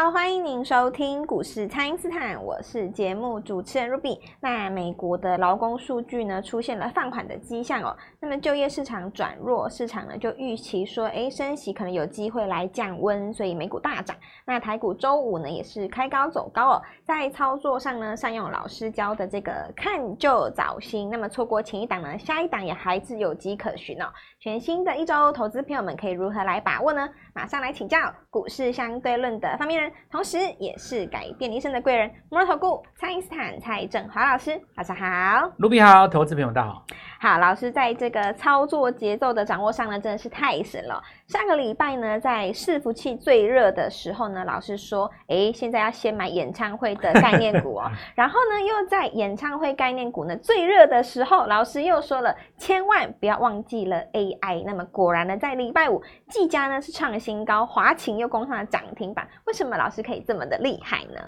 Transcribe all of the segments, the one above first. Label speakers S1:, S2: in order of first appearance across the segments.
S1: 好，欢迎您收听股市蔡因斯坦，我是节目主持人 Ruby。那美国的劳工数据呢出现了放缓的迹象哦，那么就业市场转弱，市场呢就预期说，哎，升息可能有机会来降温，所以美股大涨。那台股周五呢也是开高走高哦，在操作上呢善用老师教的这个看就早新，那么错过前一档呢，下一档也还是有迹可循哦。全新的一周，投资朋友们可以如何来把握呢？马上来请教股市相对论的发明人，同时也是改变一生的贵人——摩尔投顾蔡因斯坦蔡振华老师，早上好。
S2: 卢比好，投资朋友大家好。
S1: 好，老师在这个操作节奏的掌握上呢，真的是太神了。上个礼拜呢，在伺服器最热的时候呢，老师说，诶，现在要先买演唱会的概念股 哦。然后呢，又在演唱会概念股呢最热的时候，老师又说了，千万不要忘记了 AI。那么果然呢，在礼拜五，技嘉呢是创新高，华勤又攻上了涨停板。为什么老师可以这么的厉害呢？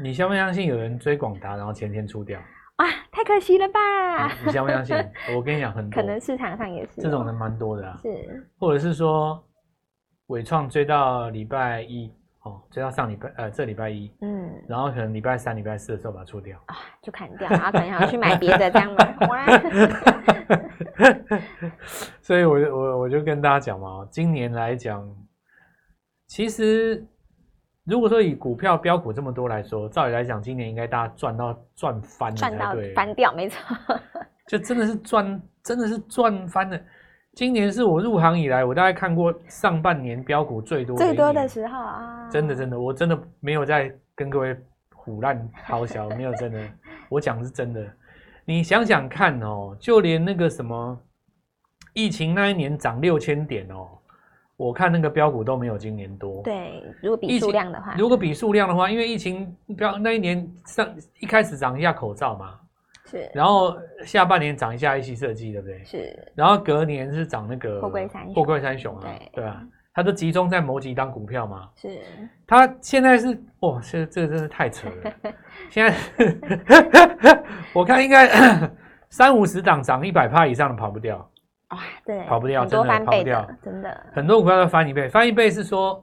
S2: 你相不相信有人追广达，然后前天出掉？
S1: 哇，太可惜了吧！
S2: 你你相 不相信？我跟你讲，很多
S1: 可能市场上也是哦、
S2: 嗯这种人蛮多的啊，
S1: 是。
S2: 或者是说伟创追到礼拜一哦，追到上礼拜呃这礼拜一，
S1: 嗯，
S2: 然后可能礼拜三、礼拜四的时候把它出掉。
S1: 啊，就砍掉，然后可能还要去买别的，这样 吗？哇，
S2: 所以我就我我就跟大家讲嘛，今年来讲，其实如果说以股票标股这么多来说，照理来讲，今年应该大家赚到赚翻了才
S1: 赚到
S2: 对
S1: 翻掉，没错，
S2: 就真的是赚，真的是赚翻了。今年是我入行以来，我大概看过上半年标股最多的
S1: 最多
S2: 一
S1: 的
S2: 年
S1: 时候啊，
S2: 真的真的，我真的没有在跟各位胡乱抛销，没有真的，我讲的是真的。你想想看哦，就连那个什么疫情那一年涨六千点哦，我看那个标股都没有今年多。
S1: 对，如果比
S2: 疫情
S1: 数量的话，
S2: 如果比数量的话，因为疫情标那一年上一开始涨一下口罩嘛，
S1: 是
S2: 然后下半年涨一下一期设计，对不对？
S1: 是
S2: 然后隔年是涨那个
S1: 货柜三雄
S2: 货柜三雄啊，
S1: 对
S2: 对吧、它都集中在某几档股票嘛。
S1: 是，
S2: 它现在是哇，这这个真是太扯了。现在 我看应该三五十档涨一百趴以上的跑不掉，
S1: 哇，对，
S2: 跑不掉
S1: 很多
S2: 真的
S1: 翻倍
S2: 跑不
S1: 的，真的，
S2: 很多股票都翻一倍。翻一倍是说，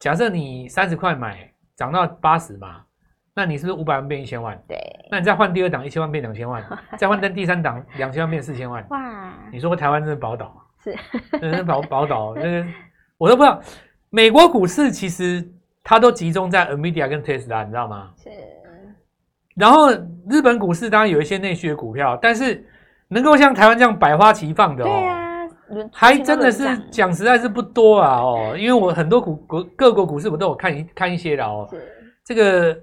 S2: 假设你三十块买，涨到八十嘛，那你是不是五百万变一千万？
S1: 对，
S2: 那你再换第二档一千万变两千万，再换第三档两千万变四千万，
S1: 哇，
S2: 你说台湾真的宝岛吗？
S1: 是
S2: 真的宝宝岛，真的我都不知道。美国股市其实它都集中在 Nvidia 跟 Tesla，你知道吗？
S1: 是，
S2: 然后日本股市当然有一些内需的股票，但是能够像台湾这样百花齐放的哦，
S1: 对啊，轮
S2: 还真的是
S1: 全部都
S2: 讲实在是不多啊哦。因为我很多股国各国股市我都有看一看一些了哦。
S1: 有涨
S2: 这个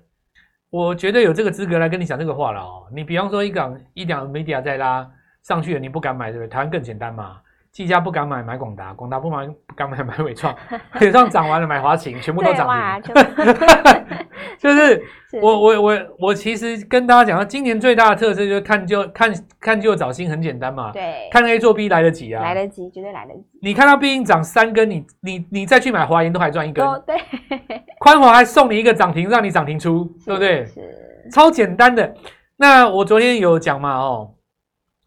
S2: 我觉得有这个资格来跟你讲这个话了哦。你比方说一档一档 media 在拉上去了，你不敢买，对不对？台湾更简单嘛，技嘉不敢买，买广达；广达不买，不敢买，买 伟创；伟创涨完了，买华勤，全部
S1: 是，
S2: 都
S1: 对
S2: 涨
S1: 哇，
S2: 停。
S1: 全 部
S2: 就是
S1: 是
S2: 我我我我其实跟大家讲，今年最大的特色就是看就看看就找新，很简单嘛。
S1: 对，
S2: 看 A 做 B 来得及啊！
S1: 来得及，绝对来得及，
S2: 你看到必应涨三根，你你你再去买华研都还赚一根，
S1: 都对，
S2: 宽华还送你一个涨停，让你涨停出， 对不对？
S1: 是，
S2: 超简单的。那我昨天有讲嘛，哦，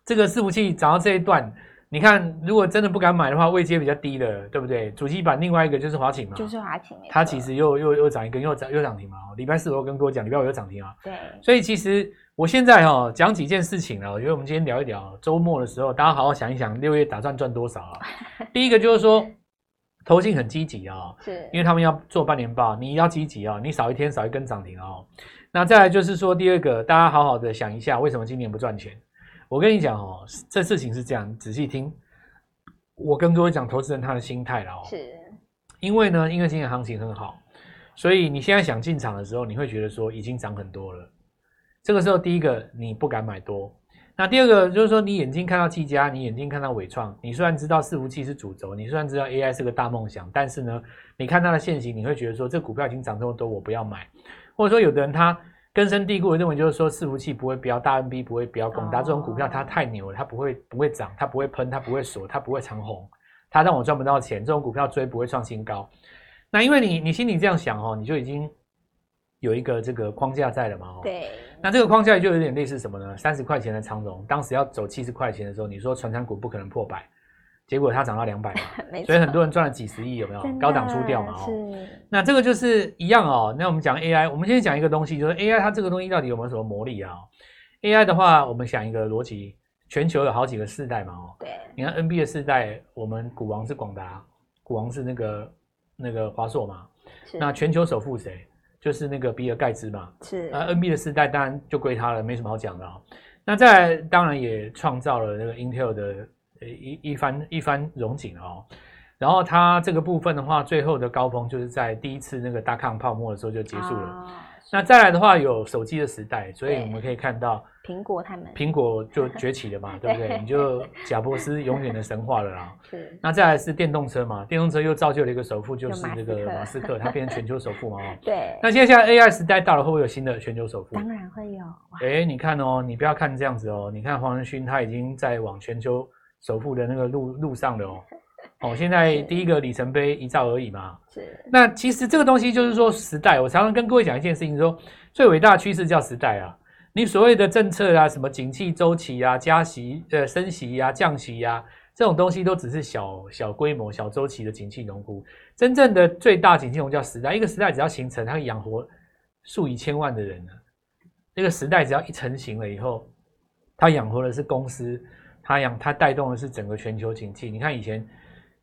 S2: 这个伺服器涨到这一段，你看如果真的不敢买的话，位阶比较低的，对不对？主机板另外一个就是华擎嘛，
S1: 就是华勤没错，
S2: 它其实又又又涨一根，又涨又涨停嘛。哦礼拜四我有跟各位讲，礼拜五又涨停啊。
S1: 对，
S2: 所以其实我现在哦讲几件事情了，我觉得我们今天聊一聊周末的时候，大家好好想一想，六月打算赚多少啊？第一个就是说，投信很积极啊、哦，
S1: 是，
S2: 因为他们要做半年报，你要积极哦，你少一天少一根涨停哦。那再来就是说，第二个，大家好好的想一下，为什么今年不赚钱？我跟你讲哦，这事情是这样，仔细听。我跟各位讲，投资人他的心态啦哦，
S1: 是，
S2: 因为呢，因为今年行情很好，所以你现在想进场的时候，你会觉得说已经涨很多了。这个时候，第一个你不敢买多，那第二个就是说，你眼睛看到技嘉，你眼睛看到伟创，你虽然知道伺服器是主轴，你虽然知道 AI 是个大梦想，但是呢，你看它的现形，你会觉得说这股票已经涨这么多，我不要买。或者说，有的人他根深蒂固的认为，就是说伺服器不会飙，大 NB 不会飙，广达这种股票它太牛了，它不会不会涨，它不会喷，它不会锁，它不会长红，它让我赚不到钱，这种股票追不会创新高。那因为你你心里这样想哦，你就已经有一个这个框架在了嘛哦。
S1: 对，
S2: 那这个框架就有点类似什么呢？三十块钱的长荣，当时要走七十块钱的时候，你说传产股不可能破百，结果它涨到 两百嘛，
S1: 没错，
S2: 所以很多人赚了几十亿，有没有
S1: 真？的
S2: 啊高档出掉嘛，哦。
S1: 是，
S2: 那这个就是一样哦。那我们讲 AI，我们先讲一个东西，就是 AI 它这个东西到底有没有什么魔力啊、AI 的话，我们想一个逻辑，全球有好几个世代嘛，哦。
S1: 对，
S2: 你看 NB 的世代，我们股王是广达，股王是那个那个华硕嘛。
S1: 是
S2: 那全球首富谁？就是那个比尔盖茨嘛。
S1: 是
S2: 那 NB 的时代当然就归他了，没什么好讲的啊、那再来当然也创造了那个 Intel 的呃一一番一番荣景哦。然后它这个部分的话，最后的高峰就是在第一次那个大抗泡沫的时候就结束了。
S1: 哦
S2: 那再来的话，有手机的时代，所以我们可以看到
S1: 苹果他们
S2: 苹果就崛起 了嘛，对不对？
S1: 对
S2: 你就贾伯斯永远的神话了啦。
S1: 是
S2: 那再来是电动车嘛，电动车又造就了一个首富，就是
S1: 马斯
S2: 这个
S1: 克
S2: 马斯克，他变成全球首 富嘛。哦
S1: 对，
S2: 那接下来 AI 时代到了，会不会有新的全球首富？
S1: 当然会有哇，
S2: 哎、你看哦，你不要看这样子哦，你看黄仁勋他已经在往全球首富的那个路路上了哦。哦，现 在
S1: 是
S2: 第一个里程碑一兆而已嘛。
S1: 是
S2: 那其实这个东西就是说时代，我常常跟各位讲一件事情说最伟大的趋势叫时代啊。你所谓的政策啊，什么景气周期啊、加息、呃升息啊、降息啊，这种东西都只是小小规模、小周期的景气农夫。真正的最大景气农夫叫时代，一个时代只要形成，它可以养活数以千万的人呢。这个时代只要一成型了以后，它养活的是公司，它养它带动的是整个全球景气。你看以前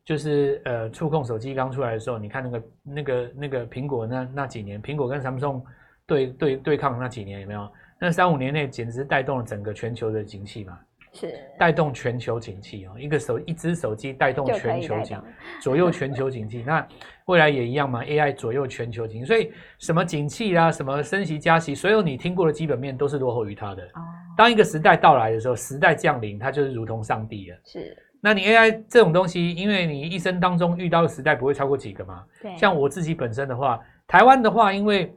S2: 就是呃触控手机刚出来的时候，你看那个那个那个苹果那那几年，苹果跟 Samsung 对对对抗那几年有没有？那三五年内简直带动了整个全球的景气嘛，
S1: 是，
S2: 带动全球景气哦，一个手一只手机带动
S1: 就可
S2: 全
S1: 以
S2: 球
S1: 带
S2: 景
S1: 动，
S2: 左右全球 景气。那未来也一样嘛，AI 左右全球景气，所以什么景气啦、什么升息加息，所有你听过的基本面都是落后于它的。
S1: 哦，
S2: 当一个时代到来的时候，时代降临，它就是如同上帝了。
S1: 是
S2: 那你 AI 这种东西，因为你一生当中遇到的时代不会超过几个嘛。
S1: 对，
S2: 像我自己本身的话，台湾的话，因为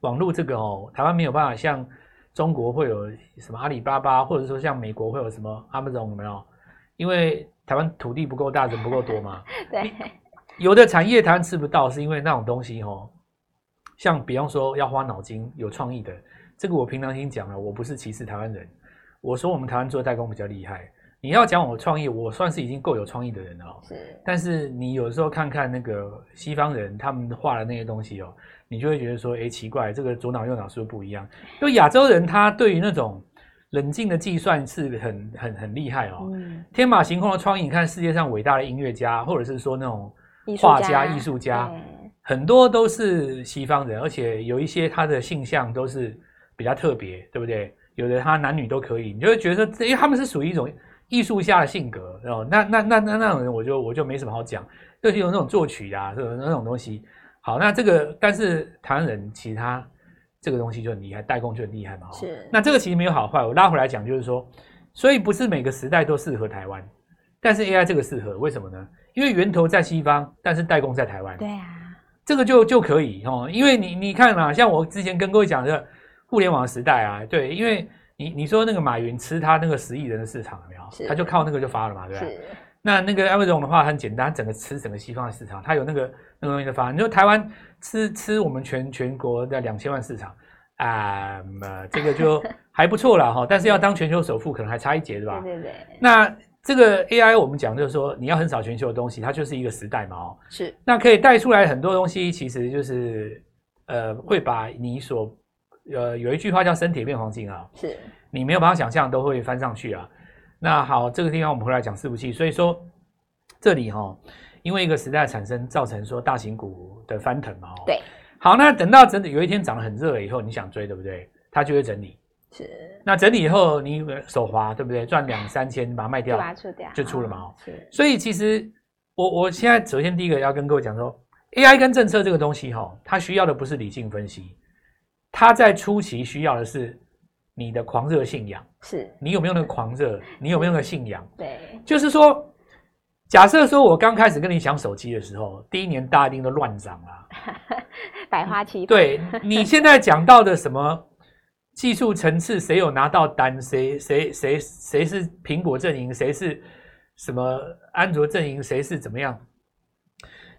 S2: 网络这个哦，台湾没有办法像中国会有什么阿里巴巴，或者说像美国会有什么 Amazon 有没有？因为台湾土地不够大，人不够多嘛。
S1: 对
S2: 有的产业台湾吃不到，是因为那种东西哦，像比方说要花脑筋、有创意的，这个我平常心讲了，我不是歧视台湾人，我说我们台湾做代工比较厉害。你要讲我创意，我算是已经够有创意的人了、哦。
S1: 是
S2: 但是你有时候看看那个西方人他们画的那些东西哦，你就会觉得说，诶，奇怪，这个左脑右脑是不是不一样？因为亚洲人他对于那种冷静的计算是很很很厉害哦，
S1: 嗯，
S2: 天马行空的创意。你看世界上伟大的音乐家，或者是说那种
S1: 艺术
S2: 画家、艺术家，
S1: 对
S2: 很多都是西方人，而且有一些他的性向都是比较特别，对不对？有的他男女都可以，你就会觉得说，因为他们是属于一种艺术家的性格哦。那那那那那种人，我就我就没什么好讲，就是有那种作曲呀、啊，这种那种东西。好，那这个但是台湾人其实他这个东西就很厉害，代工就很厉害嘛。哦
S1: 是
S2: 那这个其实没有好坏，我拉回来讲就是说，所以不是每个时代都适合台湾，但是 AI 这个适合，为什么呢？因为源头在西方，但是代工在台湾。
S1: 对啊，
S2: 这个就就可以哦，因为你你看嘛，像我之前跟各位讲的互联网时代啊，对，因为你你说那个马云吃他那个十亿人的市场有没
S1: 是
S2: 有？他就靠那个就发了嘛，对不啊对？
S1: 是
S2: 那那个 Amazon 的话很简单，整个吃整个西方的市场，它有那个那个东西的发。你说台湾吃吃我们全全国的两千万市场啊、嗯呃这个 就还不错了哈，但是要当全球首富可能还差一截，对吧？
S1: 对对对，
S2: 那这个 AI 我们讲就是说，你要横扫全球的东西，它就是一个时代嘛哦。
S1: 是
S2: 那可以带出来很多东西，其实就是呃，会把你所呃有一句话叫“生铁变黄金”啊，
S1: 是
S2: 你没有办法想象都会翻上去啊。那好，这个地方我们回来讲伺服器，所以说这里哈、因为一个时代的产生，造成说大型股的翻腾嘛、哦。
S1: 对。
S2: 好，那等到整体有一天涨得很热了以后，你想追对不对？它就会整理。
S1: 是，
S2: 那整理以后，你手滑对不对？赚两三千，把它卖
S1: 就
S2: 掉。
S1: 把它出掉，啊
S2: 就出了嘛哦
S1: 是
S2: 所以其实我我现在首先第一个要跟各位讲说，AI 跟政策这个东西哈、它需要的不是理性分析，它在初期需要的是你的狂热信仰，
S1: 是，
S2: 你有没有那个狂热，你有没有那个信仰？
S1: 对，
S2: 就是说，假设说我刚开始跟你讲手机的时候，第一年大家一定都乱啊涨啦、
S1: 百花 齐放，
S2: 嗯对你现在讲到的什么技术层次，谁有拿到单，谁谁谁谁是苹果阵营，谁是什么安卓阵营，谁是怎么样，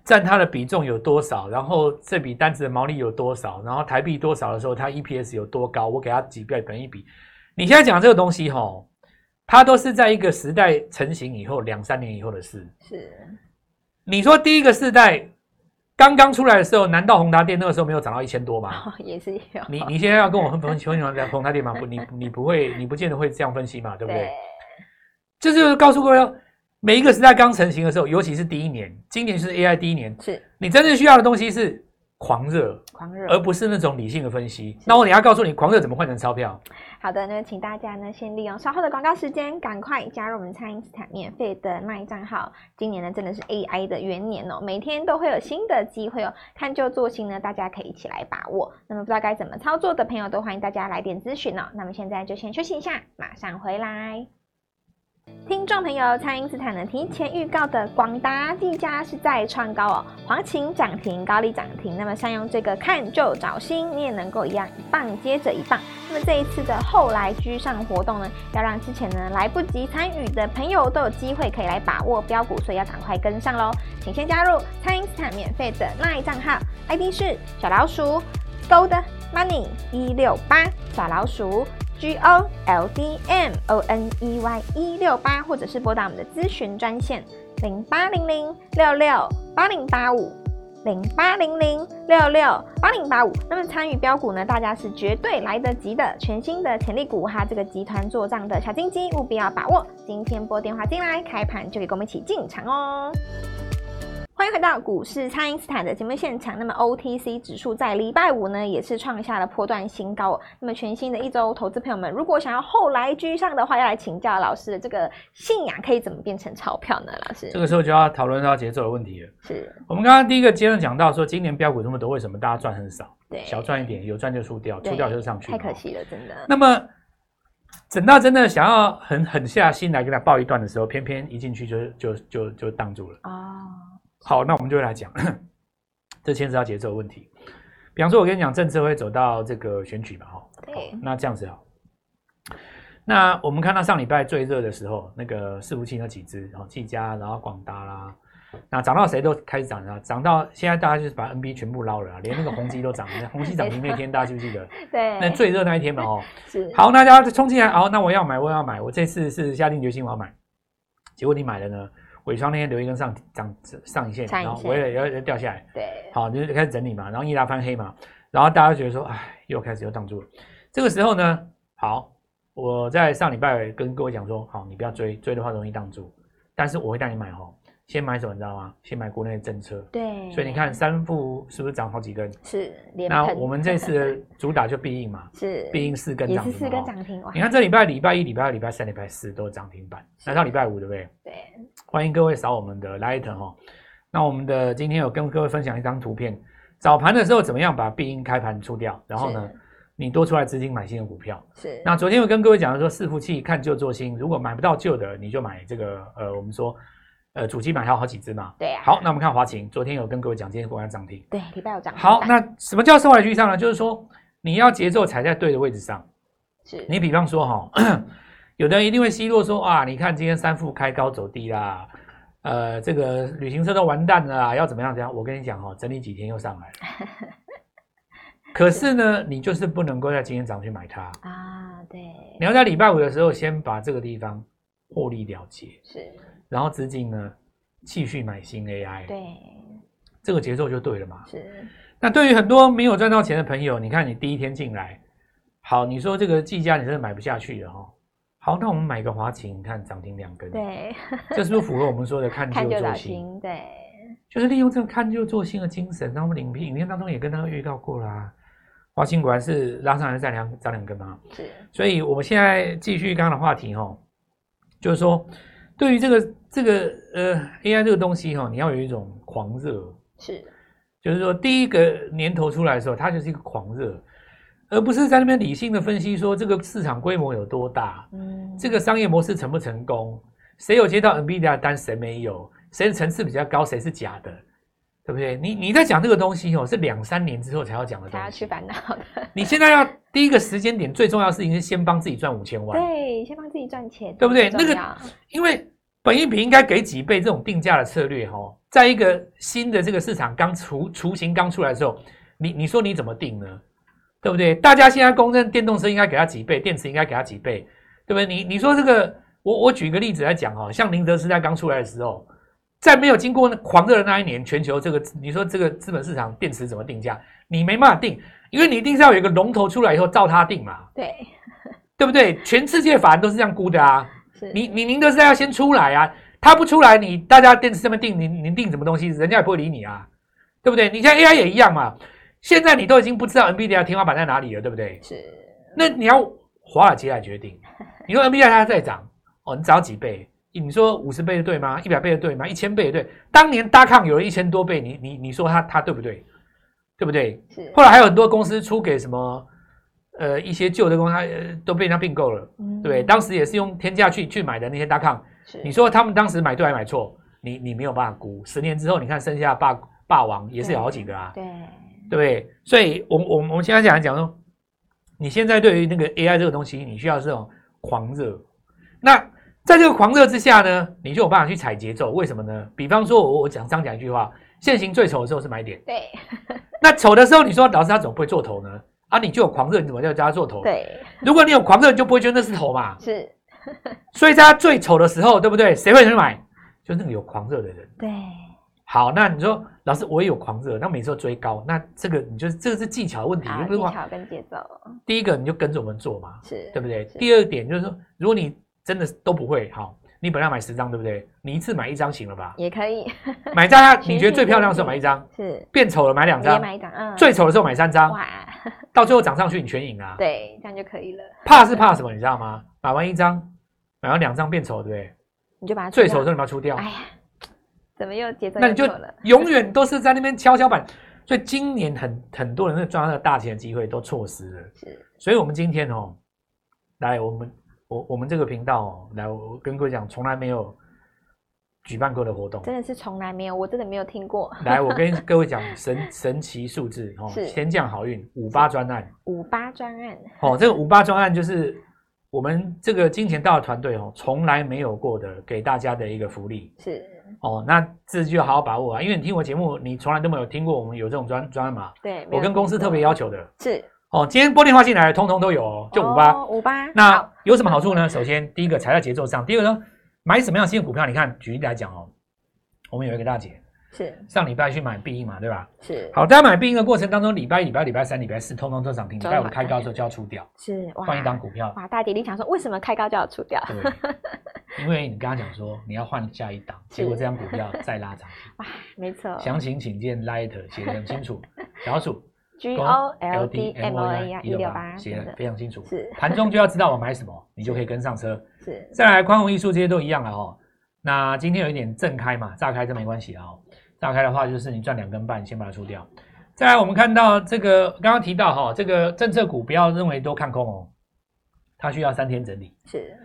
S2: 占它的比重有多少，然后这笔单子的毛利有多少，然后台币 E 多少的时候，它 EPS 有多高，我给它几倍本一比。你现在讲这个东西吼，它都是在一个时代成型以后两三年以后的事。
S1: 是，
S2: 你说第一个世代刚刚出来的时候，难道宏达电那个时候没有涨到一千多吗？
S1: 哦，也是有，
S2: 你你现在要跟我分分分享宏达电吗？不，你你不会，你不见得会这样分析嘛，对不对？这就是告诉各位哦，每一个时代刚成型的时候，尤其是第一年，今年是 AI 第一年，
S1: 是
S2: 你真正需要的东西是狂热，
S1: 狂热
S2: 而不是那种理性的分析。那我等一下告诉你，狂热怎么换成钞票。
S1: 好的，那请大家呢先利用稍后的广告时间，赶快加入我们蔡因斯坦免费的卖账号。今年呢真的是 AI 的元年哦，每天都会有新的机会哦，看旧做新呢，大家可以一起来把握。那么不知道该怎么操作的朋友，都欢迎大家来电咨询哦。那么现在就先休息一下，马上回来。听众朋友，蔡因斯坦呢提前预告的广达地价是在创高哦，黄勤涨停，高丽涨停。那么善用这个看就找新，你也能够一样一棒接着一棒。那么这一次的后来居上活动呢，要让之前呢来不及参与的朋友都有机会可以来把握标股，所以要赶快跟上喽！请先加入蔡因斯坦免费的 LINE 账号，ID 是小老鼠 Gold Money 一六八小老鼠 G O L D M O N E Y 一六八，或者是拨打我们的咨询专线零八零零六六八零八五。零八零零六六八零八五。那么参与标股呢，大家是绝对来得及的。全新的潜力股哈，这个集团做账的小金鸡，务必要把握。今天拨电话进来，开盘就可以跟我们一起进场哦。欢迎回到股市，蔡因斯坦的节目现场。那么 OTC 指数在礼拜五呢，也是创下了波段新高、哦。那么全新的一周，投资朋友们如果想要后来居上的话，要来请教老师，这个信仰可以怎么变成钞票呢？老师
S2: 这个时候就要讨论到节奏的问题了。
S1: 是
S2: 我们刚刚第一个阶段讲到说，今年标股这么多，为什么大家赚很少？
S1: 对
S2: 小赚一点，有赚就输掉，
S1: 对
S2: 输掉就上去。
S1: 太可。惜了，真的。
S2: 那么等到真的想要狠狠下心来跟他爆一段的时候，偏偏一进去就就就就挡住了。
S1: 哦，
S2: 好，那我们就会来讲， 这牵扯到节奏的问题。比方说，我跟你讲，政策会走到这个选举嘛，哈，
S1: 对
S2: 好那这样子好。那我们看到上礼拜最热的时候，那个伺服器那几只，哦，技嘉，然后广达啦，那涨到谁都开始涨了，涨到现在大家就是把 NB 全部捞了啊，连那个宏基都涨了，宏基涨停那天大家记不记得？
S1: 对，
S2: 那最热那一天嘛，哦，
S1: 是
S2: 好，那大家冲进来，好，那我要买，我要买，我这次是下定决心我要买。结果你买了呢，尾双那天留一根上涨上影线，
S1: 上影线
S2: 然后尾也要要掉下来，
S1: 对，
S2: 好，就是开始整理嘛，然后一拉翻黑嘛，然后大家觉得说，哎，又开始又挡住了。这个时候呢，好，我在上礼拜跟各位讲说，好，你不要追，追的话容易挡住，但是我会带你买哦，先买什么你知道吗？先买国内的政策。
S1: 对，
S2: 所以你看三副是不是涨好几根？
S1: 是连
S2: 那
S1: 喷
S2: 我们这次的主打就必应嘛，
S1: 是
S2: 必应四根
S1: 也
S2: 涨
S1: 是
S2: 停嘛
S1: 四
S2: 哦
S1: 根涨停哇
S2: 你，看这礼拜礼拜一、礼拜二、礼拜三、礼拜四都涨停板，来到礼拜五对不对？
S1: 对，
S2: 欢迎各位扫我们的 Light 哈。那我们的今天有跟各位分享一张图片，早盘的时候怎么样把必应开盘出掉，然后呢，你多出来资金买新的股票。
S1: 是
S2: 那昨天我跟各位讲的说，伺服器看旧做新，如果买不到旧的，你就买这个呃，我们说呃主机买好好几只嘛。
S1: 对呀，
S2: 好，那我们看华勤，昨天有跟各位讲，今天果然涨停。
S1: 对礼拜有涨停
S2: 好，
S1: 板
S2: 那什么叫收来居上呢？就是说你要节奏踩在对的位置上。
S1: 是
S2: 你比方说哈、有的人一定会奚落说啊，你看今天三副开高走低啦，呃，这个旅行社都完蛋了啦，要怎么样怎么样？我跟你讲哈、整理几天又上来了。可是呢，你就是不能够在今天早上去买它，
S1: 啊，对，
S2: 你要在礼拜五的时候先把这个地方获利了结，
S1: 是
S2: 然后资金呢继续买新 AI，
S1: 对
S2: 这个节奏就对了嘛。
S1: 是
S2: 那对于很多没有赚到钱的朋友，你看你第一天进来，好，你说这个技嘉你真的买不下去了哈、哦。好，那我们买个华勤，你看涨停两根，，
S1: 对，
S2: 这是不是符合我们说的看旧
S1: 看就
S2: 做
S1: 涨
S2: 新？
S1: 停，对
S2: 就是利用这个看旧做新的精神。那我们影片影片当中也跟大家预告过啦、华勤果然是拉上来再两涨两根嘛。
S1: 是
S2: 所以我们现在继续刚刚的话题哈、哦，就是说对于这个这个呃 AI 这个东西哈、哦，你要有一种狂热，
S1: 是
S2: 就是说第一个年头出来的时候，它就是一个狂热，而不是在那边理性的分析说这个市场规模有多大，
S1: 嗯
S2: 这个商业模式成不成功，谁有接到 NVIDIA 的单，谁没有，谁的层次比较高，谁是假的，对不对？你你在讲这个东西哦，是两三年之后才要讲的
S1: 才要
S2: 东
S1: 去
S2: 西。
S1: 烦恼的，
S2: 你现在要第一个时间点，最重要的事情是先帮自己赚五千万，
S1: 对，先帮自己赚钱，
S2: 对不对
S1: 很
S2: 那个
S1: 重要
S2: 因为本益比应该给几倍这种定价的策略哦，在一个新的这个市场刚雏雏形刚出来的时候，你你说你怎么定呢？对不对？大家现在公认电动车应该给它几倍，电池应该给它几倍，对不对？你你说这个我我举一个例子来讲哈，像宁德时代刚出来的时候，在没有经过那狂热的那一年，全球这个你说这个资本市场电池怎么定价，你没办法定，因为你一定是要有一个龙头出来以后照它定嘛，
S1: 对，
S2: 对不对？全世界法人都是这样估的啊。
S1: 是
S2: 你你宁德时代要先出来啊，他不出来，你大家电视上面定你你定什么东西，人家也不会理你啊，对不对？你像 AI 也一样嘛，现在你都已经不知道 NVIDIA 天花板在哪里了，对不对？
S1: 是，
S2: 那你要华尔街来决定。你说 NVIDIA 它在涨，哦，你涨几倍？你说五十倍的对吗？一百倍的对吗？一千倍的对？当年大抗有了一千多倍，你你你说它它对不对？对不对？
S1: 是，
S2: 后来还有很多公司出给什么，呃，一些旧的公司、呃、都被人家并购了，
S1: 嗯
S2: 对，当时也是用天价去去买的那些大抗，
S1: 是
S2: 你说他们当时买对还买错？你你没有办法估。十年之后，你看剩下霸霸王也是有好几个啊，
S1: 对，
S2: 对不对？所以我，我我我们现在讲讲说，你现在对于那个 AI 这个东西，你需要这种狂热。那在这个狂热之下呢，你就有办法去踩节奏。为什么呢？比方说我，我讲常讲一句话：现行最丑的时候是买点。
S1: 对，
S2: 那丑的时候，你说老师他怎么不会做头呢？啊，你就有狂热，你怎么叫他做头？，
S1: 对，
S2: 如果你有狂热，你就不会觉得那是头嘛。
S1: 是，
S2: 所以在他最丑的时候，对不对？谁会去买？就那个有狂热的人。
S1: 对，
S2: 好，那你说老师我也有狂热，那每次都追高，那这个你就是这个是技巧问题，
S1: 好，
S2: 又不
S1: 啊技
S2: 是话。
S1: 巧跟节奏
S2: 第一个你就跟着我们做嘛，
S1: 是，
S2: 对不对
S1: 是？
S2: 第二点就是说，如果你真的都不会，好，你本来买十张，对不对？你一次买一张行 了吧？
S1: 也可以，
S2: 买在它
S1: 循序
S2: 你觉得最漂亮的时候买一张，
S1: 是，
S2: 变丑了买两
S1: 你也
S2: 张，
S1: 买一张，嗯，
S2: 最丑的时候买三张，
S1: 哇，
S2: 到最后涨上去你全赢啊。
S1: 对，这样就可以了，
S2: 怕是怕什么？你知道吗？买完一张，买完两张变丑，对不对？
S1: 你就把它
S2: 最
S1: 出
S2: 丑的时
S1: 掉
S2: 候你把它出掉。
S1: 哎呀，怎么又节奏
S2: 那
S1: 又
S2: 你就
S1: 错了？
S2: 永远都是在那边跷跷板。所以今年很很多人在赚到大钱的机会都错失了。
S1: 是，
S2: 所以我们今天哦，来我们我我们这个频道哦，来我我跟各位讲，从来没有举办过的活动。
S1: 真的是从来没有，我真的没有听过
S2: 来，我跟各位 讲神神奇数字哦，
S1: 是
S2: 天降好运五八专案
S1: 五八专案，
S2: 哦，这个五八专案就是我们这个金钱道的团队哦，从来没有过的给大家的一个福利。
S1: 是
S2: 哦，那这就好好把握啊，因为你听我节目，你从来都没有听过我们有这种专专案嘛。
S1: 对，没
S2: 我
S1: 有
S2: 跟
S1: 听
S2: 公司
S1: 过
S2: 特别要求的
S1: 是
S2: 哦，今天拨电话进来的，通通都有、哦，就五八、
S1: 五八，好
S2: 那有什么好处呢？首先，第一个踩在节奏上，第二个呢，买什么样新的股票？你看，举例来讲哦，我们有一个大姐
S1: 是
S2: 上礼拜去买必应嘛，对吧？
S1: 是
S2: 好，大家买必应的过程当中，礼拜一、礼拜二礼拜三、礼拜四通通都涨停，礼
S1: 都
S2: 拜五
S1: 买
S2: 开高之后就要出掉，
S1: 是哇
S2: 换一档股 票。
S1: 哇，大姐你想说为什么开高就要出掉？
S2: 对，因为你刚刚讲说你要换下一档，结果这张股票再拉涨停。
S1: 哇，没错
S2: 详情请见 Light 写的很清 楚，小鼠
S1: ，G O L D M O N E
S2: LDMONI
S1: R 一六八，
S2: 写
S1: 真
S2: 的
S1: 的
S2: 非常清楚。
S1: 是
S2: 盘中就要知道我买什么，你就可以跟上车。
S1: 是
S2: 再来，宽宏艺术这些都一样了哦。那今天有一点正开嘛，炸开这没关系啊、哦。炸开的话就是你赚两根半，你先把它出掉。再来，我们看到这个刚刚提到哈、这个政策股不要认为都看空哦，它需要三天整理，
S1: 是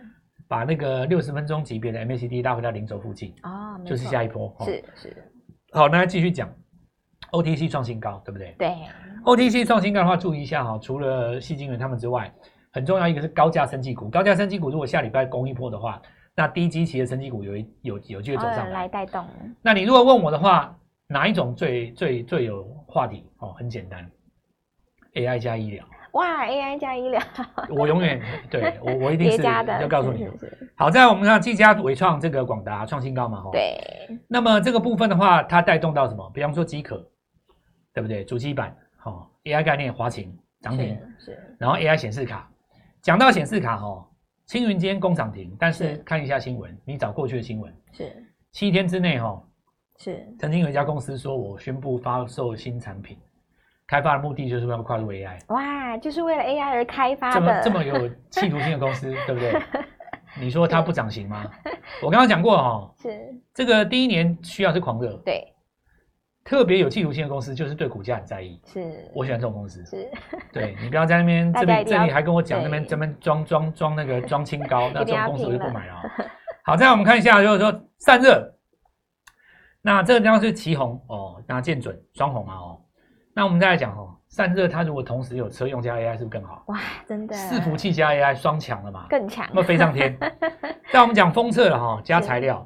S2: 把那个六十分钟级别的 MACD 拉回到零轴附近，
S1: 哦，没
S2: 就是
S1: 错
S2: 下一波、哦。
S1: 是是，
S2: 好，那继续讲 OTC 创新高，对不对
S1: 对，
S2: ？OTC 创新高的话，注意一下哈、除了细晶圆他们之外，很重要一个是高价升绩股。高价升绩股如果下礼拜攻一波的话，那低基期的升绩股有一有有机会走
S1: 有
S2: 上
S1: 人哦来
S2: 来。
S1: 带动，
S2: 那你如果问我的话，哪一种最最最有话题？哦，很简单，AI 加医疗，
S1: 哇，AI 加医疗
S2: 我永远对我我一定
S1: 叠
S2: 是
S1: 加的，
S2: 要告诉你
S1: 是
S2: 的。
S1: 是是
S2: 好，再来我们看技嘉、伟创这个广达创新高嘛，哈、
S1: 对，
S2: 那么这个部分的话，它带动到什么？比方说机壳，对不对？主机板，好、哦、，AI 概念华擎涨停，
S1: 是是
S2: 然后 AI 显示卡。讲到显示卡，哦，青云今天工厂停，但是
S1: 是
S2: 看一下新闻，你找过去的新闻，
S1: 是
S2: 七天之内，哦，
S1: 是
S2: 曾经有一家公司说我宣布发售新产品，开发的目的就是为了跨入 AI，
S1: 哇，就是为了 AI 而开发
S2: 这么
S1: 的，
S2: 这么有企图心的公司，对不对？你说它不涨行吗？我刚刚讲过，哦，
S1: 是
S2: 这个第一年需要是狂热，
S1: 对
S2: 特别有企图心的公司就是对股价很在意。
S1: 是
S2: 我喜欢这种公司，
S1: 是
S2: 对你不要在那边
S1: 大
S2: 这
S1: 家一
S2: 边
S1: 定要
S2: 这里还跟我讲那边
S1: 对
S2: 这边装装装那个装清高，那
S1: 一
S2: 这
S1: 定
S2: 种
S1: 要
S2: 公司我就
S1: 拼
S2: 不
S1: 了
S2: 买了哦。好，再来我们看一下，就是说散热，那这个地方是旗红哦，那剑准双红嘛哦。那我们再来讲哦，散热它如果同时有车用加 AI 是不是更好？
S1: 哇，真的
S2: 伺服器哦加 AI 双强了嘛，
S1: 更强
S2: 那，么飞 上天。再我们讲封测了哈，加材料。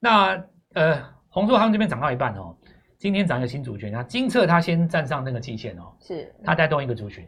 S2: 那呃，红硕他们这边涨到一半哦，今天涨一个新主角，那金策它先站上那个季线哦。
S1: 是
S2: 它带动一个族群。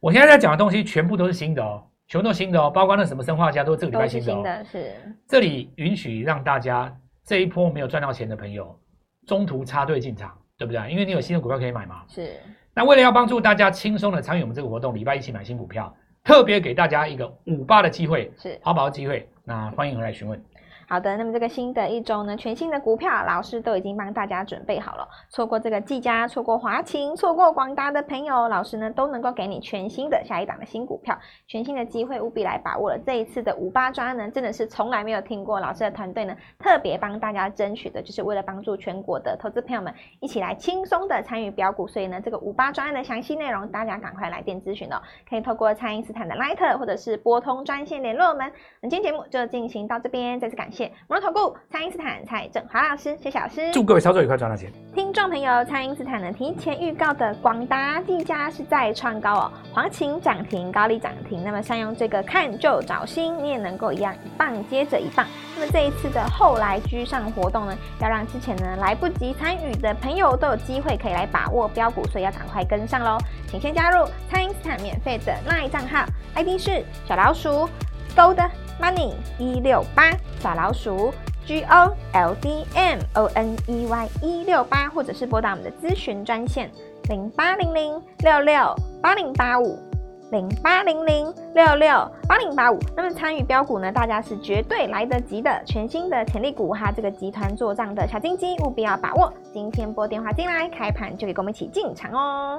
S2: 我现在在讲的东西全部都是新的哦，全部都新的哦，包括那什么生化家都是这个礼拜
S1: 都
S2: 新
S1: 是
S2: 的哦。
S1: 新的，是
S2: 这里允许让大家这一波没有赚到钱的朋友，中途插队进场，对不对？因为你有新的股票可以买嘛。
S1: 是，
S2: 那为了要帮助大家轻松的参与我们这个活动，礼拜一起买新股票，特别给大家一个五八的机会，
S1: 是
S2: 好宝的机会。那欢迎回来询问。
S1: 好的，那么这个新的一周呢，全新的股票老师都已经帮大家准备好了。错过这个技嘉，错过华勤，错过广达的朋友，老师呢都能够给你全新的下一档的新股票，全新的机会，务必来把握了。这一次的五八抓呢，真的是从来没有听过，老师的团队呢特别帮大家争取的，就是为了帮助全国的投资朋友们一起来轻松的参与标股。所以呢，这个五八专案的详细内容，大家赶快来电咨询哦，可以透过蔡因斯坦的 Line 或者是拨通专线联络我们。那今天节目就进行到这边，再次感谢摩投顾蔡因斯坦蔡振华老师，谢谢老师。
S2: 祝各位操作愉快，赚到钱。
S1: 听众朋友，蔡因斯坦呢提前预告的广达、技嘉是在创高哦，华勤涨停，高丽涨停。那么善用这个看就找新，你也能够一样一棒接着一棒。那么这一次的后来居上活动呢，要让之前呢来不及参与的朋友都有机会可以来把握标股，所以要赶快跟上喽！请先加入蔡因斯坦免费的 LINE 账号，ID 是小老鼠 Gold Money 一六八小老鼠 G O L D M O N E Y 一六八，或者是拨打我们的咨询专线零八零零六六八零八五。零八零零六六八零八五。那么参与标股呢，大家是绝对来得及的。全新的潜力股哈，这个集团做账的小金鸡，务必要把握。今天拨电话进来，开盘就可以跟我们一起进场哦。